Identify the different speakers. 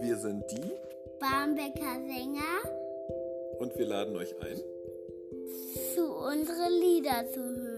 Speaker 1: Wir sind die
Speaker 2: Barmbecker Sänger
Speaker 1: und wir laden euch ein.
Speaker 2: zu unsere Lieder zu hören.